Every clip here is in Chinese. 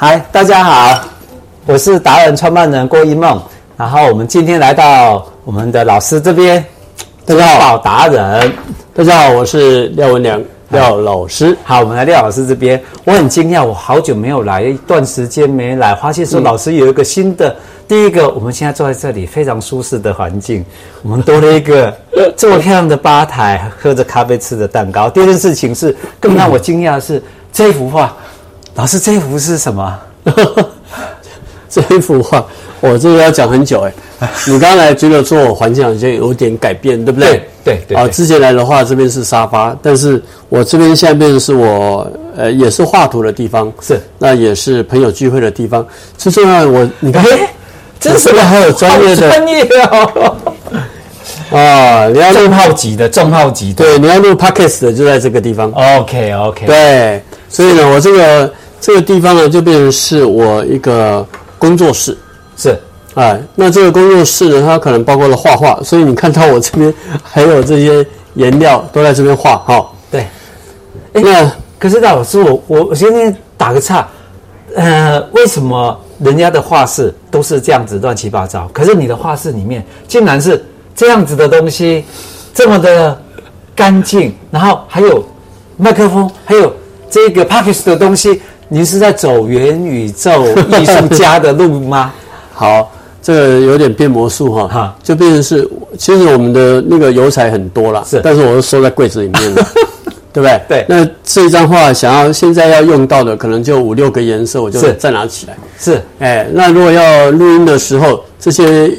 嗨，大家好，我是达人创办人郭一梦。然后我们今天来到我们的老师这边，大家好，达人。大家好，我是廖文良，廖老师。好，我们来廖老师这边，我很惊讶，我好久没有来，一段时间没来，发现嗯说老师有一个新的。第一个，我们现在坐在这里非常舒适的环境，我们多了一 个这么漂亮的吧台，喝着咖啡，吃着蛋糕。第二件事情是，更让我惊讶的是这幅画，老师这幅是什么？ 这一幅画，我这个要讲很久哎。你刚才觉得说我环境好像有点改变，对不对？对对对啊、对之前来的话，这边是沙发，但是我这边下面是我呃也是画图的地方，是那也是朋友聚会的地方。最重要的我，你看 哎，这是什么？还有专业的好专业哦，哎啊，你要录重炮级的，重炮级的。对，你要录 podcast 的就在这个地方。 OK OK，对，所以呢，我这个这个地方呢，就变成是我一个工作室。是哎，那这个工作室呢，它可能包括了画画，所以你看到我这边还有这些颜料都在这边画哈、对。那可是大老师，我我我今天打个岔，呃，为什么人家的画室都是这样子乱七八糟，可是你的画室里面竟然是这样子的东西，这么的干净，然后还有麦克风，还有这个 p a c k a g e 的东西，您是在走元宇宙艺术家的路 吗？好，这个有点变魔术哈、哈就变成是，其实我们的那个油彩很多啦，是但是我都收在柜子里 面了。对不对？对那这张画想要现在要用到的，可能就五六个颜色，我就是再拿起来。是哎，那如果要录音的时候，这些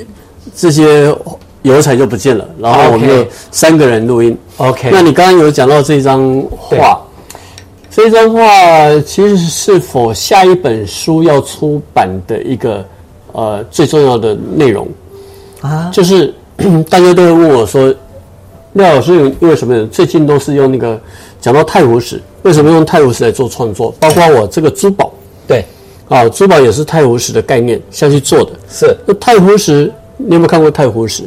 这些油彩就不见了，然后我们 OK 就三个人录音。 OK，那你刚刚有讲到这张画，这张画其实是否下一本书要出版的一个呃最重要的内容啊就是 大家都会问我说，廖老师为什么最近都是用那个讲到太湖石，为什么用太湖石来做创作？包括我这个珠宝对啊，珠宝也是太湖石的概念下去做的。是那太湖石，你有没有看过太湖石？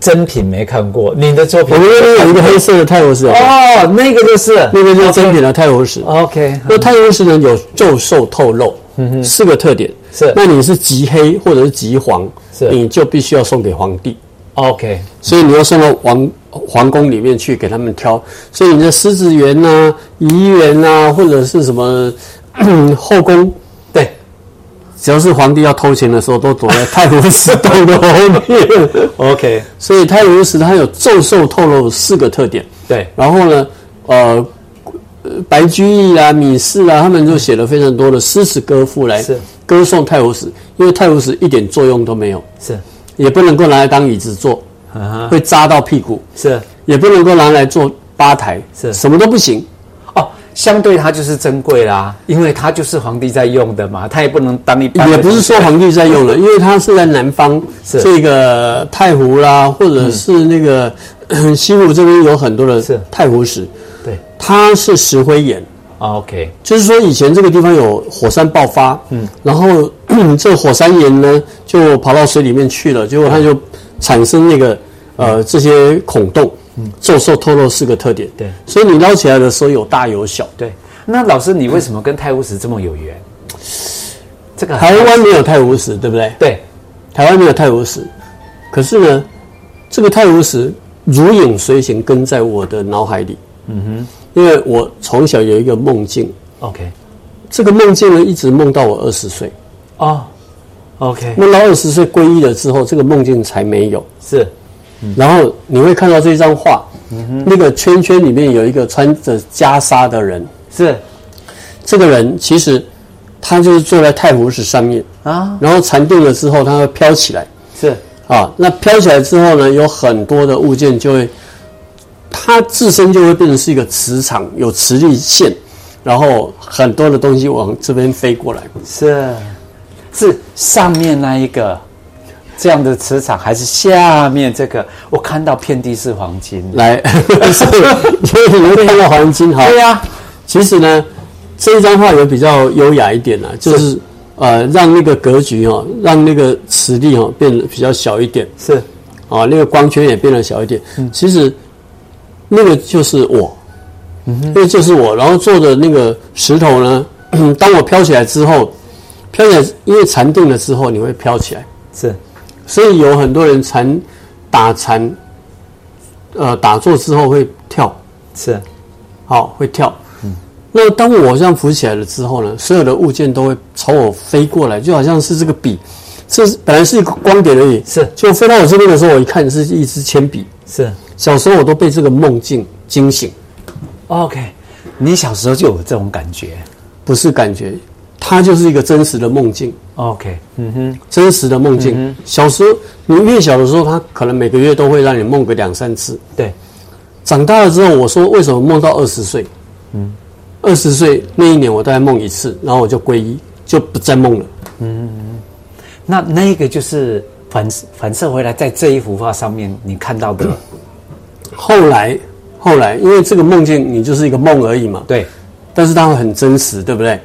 真品没看过，你的作品我们那边有一个黑色的太湖啊石，哦，那个就是那个就是真品的太湖石。 OK，那太阳石呢有皱瘦透漏，四个特点。嗯是那你是极黑或者是极黄，是你就必须要送给皇帝， OK 所以你要送到王皇宫里面去给他们挑。所以你的狮子园呐、怡园呐、或者是什么嗯后宫，对。只要是皇帝要偷钱的时候，都躲在太 湖石洞 的后面。 OK，所以太湖石它有皱瘦透漏四个特点。对，然后呢，呃，呃白居易啊、米氏啊，他们就写了非常多的诗词歌赋来是歌颂太湖石，因为太湖石一点作用都没有，是也不能够拿来当椅子坐，啊，会扎到屁股，是也不能够拿来做吧台，是什么都不行。哦，相对它就是珍贵啦，因为它就是皇帝在用的嘛，它也不能当一般的也不是说皇帝 在用了，因为它是在南方，是这个太湖啦，或者是那个、 西湖这边有很多的是太湖石，对它是石灰岩。哦，OK，就是说，以前这个地方有火山爆发，嗯，然后 这个火山岩呢就跑到水里面去了，结果它就产生那个呃这些孔洞，皱皱透漏四个特点。对所以你捞起来的时候有大有小。对。那老师，你为什么跟太湖石这么有缘？这个台湾没有太湖石，对不对？对台湾没有太湖石，可是呢，这个太湖石如影随形，跟在我的脑海里。嗯哼，因为我从小有一个梦境， ，OK，这个梦境呢一直梦到我二十岁。哦，OK，梦到二十岁皈依了之后，这个梦境才没有。是然后你会看到这张画，那个圈圈里面有一个穿着袈裟的人，是这个人其实他就是坐在太湖石上面，啊，然后禅定了之后，他会飘起来是啊。那飘起来之后呢，有很多的物件就会，它自身就会变成是一个磁场，有磁力线，然后很多的东西往这边飞过来。是是上面那一个这样的磁场，还是下面这个？我看到遍地是黄金。来， 所以所以你会看到黄金哈。对呀、其实呢，这一张画有比较优雅一点啊，就是呃，让那个格局哦，让那个磁力哦变得比较小一点是啊，那个光圈也变得小一点。其实那个就是我，那个就是我，然后做的那个石头呢， 当我飘起来之后，飘起来，因为禅定了之后，你会飘起来，是所以有很多人禅打禅，呃，打坐之后会跳，是好，会跳。那当我这样浮起来了之后呢，所有的物件都会朝我飞过来，就好像是这个笔，这本来是一个光点而已，是就飞到我这边的时候，我一看是一支铅笔。是小时候我都被这个梦境惊醒， ，OK。你小时候就有这种感觉不是感觉，它就是一个真实的梦境， ，OK，嗯哼，真实的梦境。小时候你越小的时候，它可能每个月都会让你梦个两三次。对，长大了之后，我说为什么梦到二十岁？嗯，二十岁那一年我大概梦一次，然后我就皈依，就不再梦了。那那个就是反反射回来，在这一幅画上面你看到的，嗯后来，后来因为这个梦境你就是一个梦而已嘛，对，但是它会很真实，对不对？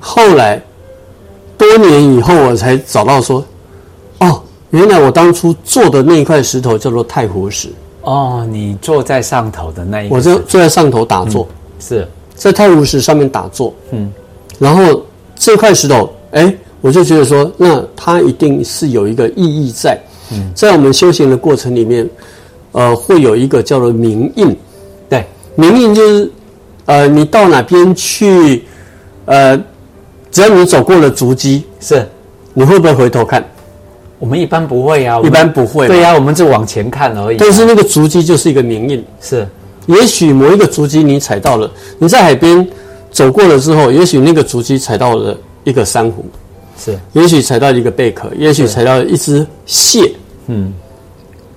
后来多年以后，我才找到说，哦，原来我当初做的那一块石头叫做太湖石，哦，你坐在上头的那一个，我就坐在上头打坐，是在太湖石上面打坐，嗯，然后这块石头，哎，我就觉得说，那它一定是有一个意义在，在我们修行的过程里面，呃，会有一个叫做明印，对，明印就是，呃，你到哪边去，呃，只要你走过了足迹，是你会不会回头看？我们一般不会啊，我一们般不会嘛。对呀、我们就往前看而已啊。但是那个足迹就是一个明印，是也许某一个足迹你踩到了，你在海边走过了之后，也许那个足迹踩到了一个珊瑚，是也许踩到一个贝壳，也许踩到一只蟹，嗯，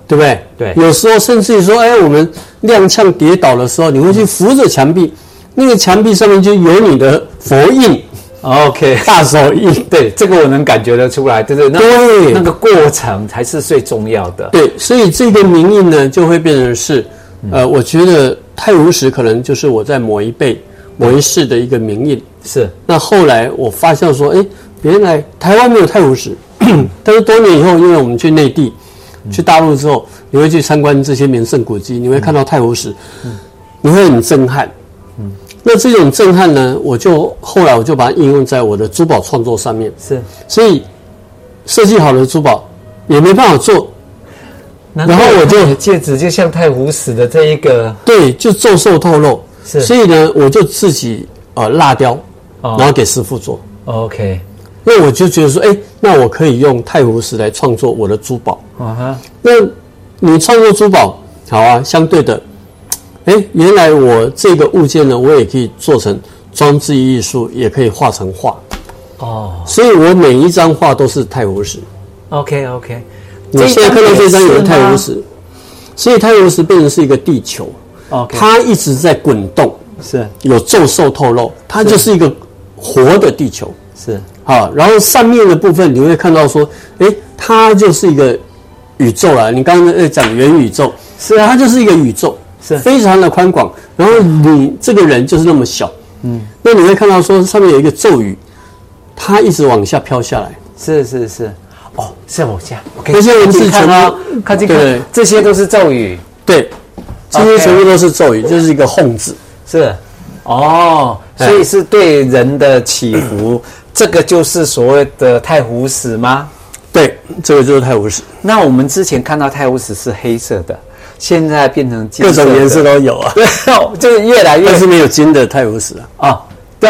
对不对？对有时候甚至于说，哎，我们踉跄跌倒的时候，你会去扶着墙壁，那个墙壁上面就有你的佛印、 ，OK， 大手印。对，这个我能感觉得出来，对对，那对那个过程才是最重要的。对，所以这个名印呢，就会变成是，呃，我觉得太如石可能就是我在某一辈、某一世的一个名印。是那后来我发现说，哎，原来台湾没有太湖石， 但是多年以后，因为我们去内地、去大陆之后，你会去参观这些名胜古迹，你会看到太湖石，你会很震撼。那这种震撼呢，我就后来我就把它应用在我的珠宝创作上面，是，所以设计好的珠宝也没办法做，然然后我就戒指就像太湖死的这一个，对，就咒受透露，是所以呢，我就自己呃蜡雕，哦然后给师傅做。 OK，那我就觉得说，哎，那我可以用太湖石来创作我的珠宝。啊哈，那你创作珠宝，好啊，相对的，哎，原来我这个物件呢，我也可以做成装置艺术，也可以画成画。哦所以我每一张画都是太湖石。 ，OK OK，我现在看到这张有太湖湖石，所以太湖石变成是一个地球， ，OK，它一直在滚动。是有咒受透露，它就是一个活的地球。是好，然后上面的部分你会看到说，诶，它就是一个宇宙啦。你刚刚在讲元宇宙，是啊它就是一个宇宙，是非常的宽广。然后你这个人就是那么小，嗯，那你会看到说上面有一个咒语，它一直往下飘下来。是是是，哦，是往下，OK，那些文字看全啊，部看这对个，这些都是咒语，对，这 OK 些全部都是咒语，就是一个哄字。是，哦，哎所以是对人的起伏，这个就是所谓的太湖石吗？对，这个就是太无视，那我们之前看到太湖石是黑色的，现在变成金各色种的颜色，都有 啊，对，就是越来越但是没有金的太无视啊。啊，对。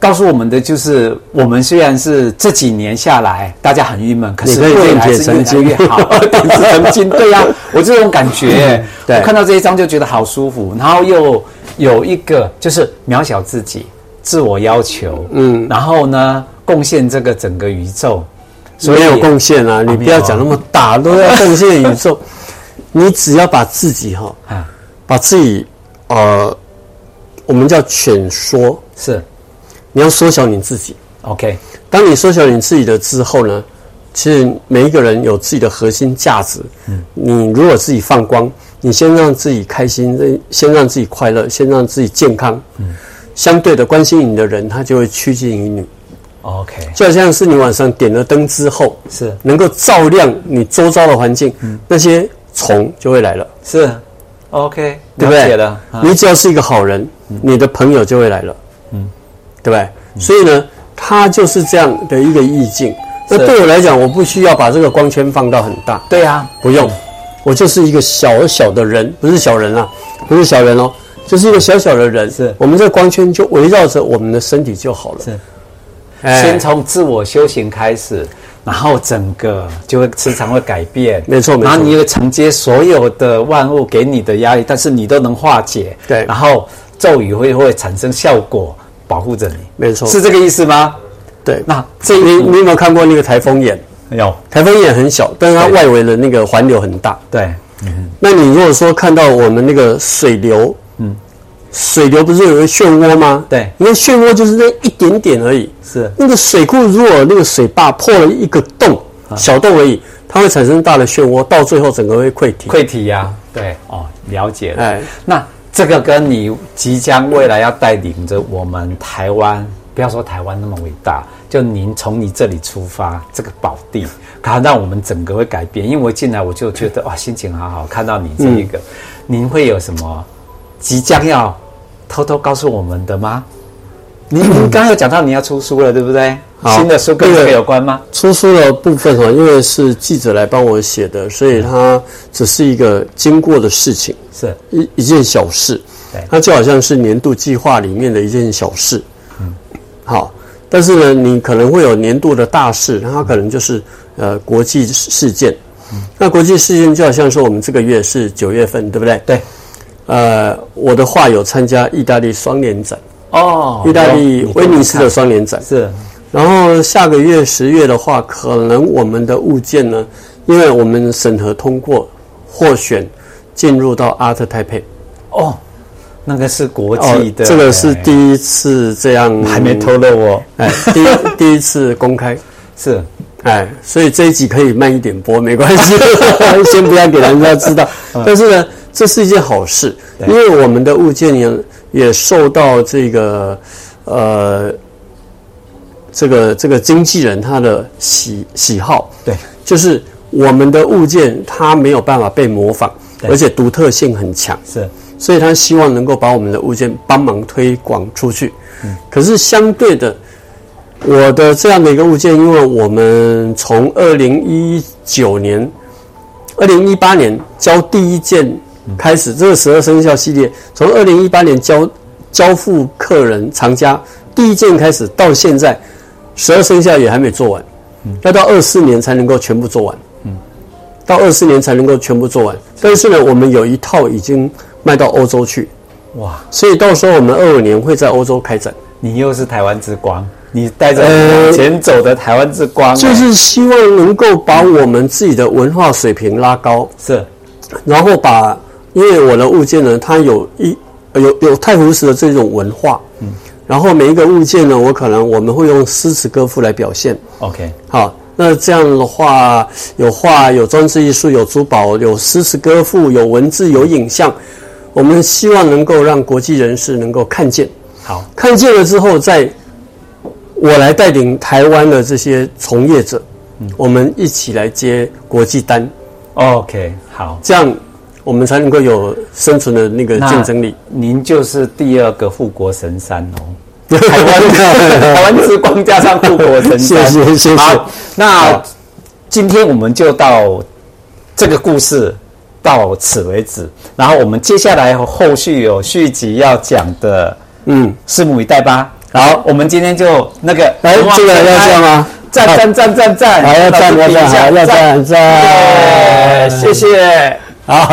告诉我们的就是，我们虽然是这几年下来，大家很郁闷，可是你可以未来炼铁是越来成越金好， 炼铁成金。对呀、我这种感觉，嗯对我看到这一张就觉得好舒服，然后又有一个就是渺小自己，自我要求，嗯，然后呢，贡献这个整个宇宙，所以没有哦贡献啊！你不要讲那么大，都要贡献宇宙。你只要把自己哈，啊，把自己呃，我们叫蜷缩，是你要缩小你自己。 OK，当你缩小你自己的之后呢，其实每一个人有自己的核心价值。你如果自己放光，你先让自己开心，先让自己快乐，先让自己健康。相对的，关心你的人，他就会趋近于你。 OK，就好像是你晚上点了灯之后，是嗯能够照亮你周遭的环境，那些虫就会来了，是 OK，对了不对？解了，啊嗯你只要是一个好人，你的朋友就会来了，对不对？所以呢，它就是这样的一个意境。那是对我来讲，我不需要把这个光圈放到很大，对啊呀，不用，我就是一个小小的人，不是小人啊，不是小人哦，就是一个小小的人。是我们这个光圈就围绕着我们的身体就好了。是哎先从自我修行开始，然后整个就会磁场会改变，没错没错然后你会承接所有的万物给你的压力，但是你都能化解，对然后咒语会会产生效果，保护着你，没错是这个意思吗？对。那这你你有没有看过那个台风眼？有台风眼很小，但是它对外围的那个环流很大。对那你如果说看到我们那个水流，嗯，水流不是有个漩涡吗？对你看漩涡就是那一点点而已。是那个水库如果那个水坝破了一个洞，小洞而已，它会产生大的漩涡，到最后整个会溃堤。溃体呀、对哦，了解了。哎那这个跟你即将未来要带领着我们台湾，不要说台湾那么伟大，就您从你这里出发，这个宝地，它让我们整个会改变。因为我进来我就觉得哇，心情好好，看到你这一嗯个，您会有什么即将要偷偷告诉我们的吗？您您刚刚有讲到你要出书了，对不对？嗯好新的书跟那个这个有关吗？出书的部分哈，因为是记者来帮我写的，所以它只是一个经过的事情，是一一件小事对，它就好像是年度计划里面的一件小事。好，但是呢，你可能会有年度的大事，那它可能就是呃国际事件。那国际事件就好像说我们这个月是九月份，对不对？对呃，我的话有参加意大利双年展，哦，意大利有威尼斯的双年展。是然后下个月十月的话，可能我们的物件呢，因为我们审核通过获选，进入到 Art Taipei。哦，那个是国哦际的，这个是第一次这样，还没透露哦，哎，第一 第一次公开，是哎，所以这一集可以慢一点播，没关 系，先不要给人家知道。嗯但是呢，这是一件好事，因为我们的物件也也受到这个呃这个这个经纪人他的喜喜好，对，就是我们的物件它没有办法被模仿，对而且独特性很强。是所以他希望能够把我们的物件帮忙推广出去。可是相对的，我的这样的一个物件，因为我们从二零一九年、二零一八年交第一件开始，这个十二生肖系列，从二零一八年交交付客人藏家第一件开始，到现在十二生肖也还没做完，要到二四年才能够全部做完。到二四年才能够全部做完。但是呢，我们有一套已经卖到欧洲去，哇，所以到时候我们二五年会在欧洲开展，你又是台湾之光，你带着呃往前走的台湾之光，哎就是希望能够把我们自己的文化水平拉高，是然后把因为我的物件呢，它有一有有太湖石的这种文化，嗯，然后每一个物件呢，我可能我们会用诗词歌赋来表现， OK 好，那这样的话，有画、有装置艺术、有珠宝、有诗词歌赋、有文字、有影像，我们希望能够让国际人士能够看见，好看见了之后，再我来带领台湾的这些从业者，我们一起来接国际单，哦 OK 好。这样我们才能够有生存的那个那竞争力。您就是第二个护国神山哦，台湾 台湾之光加上护国神山， 谢谢谢谢好，那好今天我们就到这个故事到此为止，然后我们接下来后续有续集要讲的， 嗯，拭目以待吧。好，我们今天就那个，来，这个要这样？吗？赞赞赞赞赞！好，要老师站，要比一下站，好，要赞站，站。耶谢谢。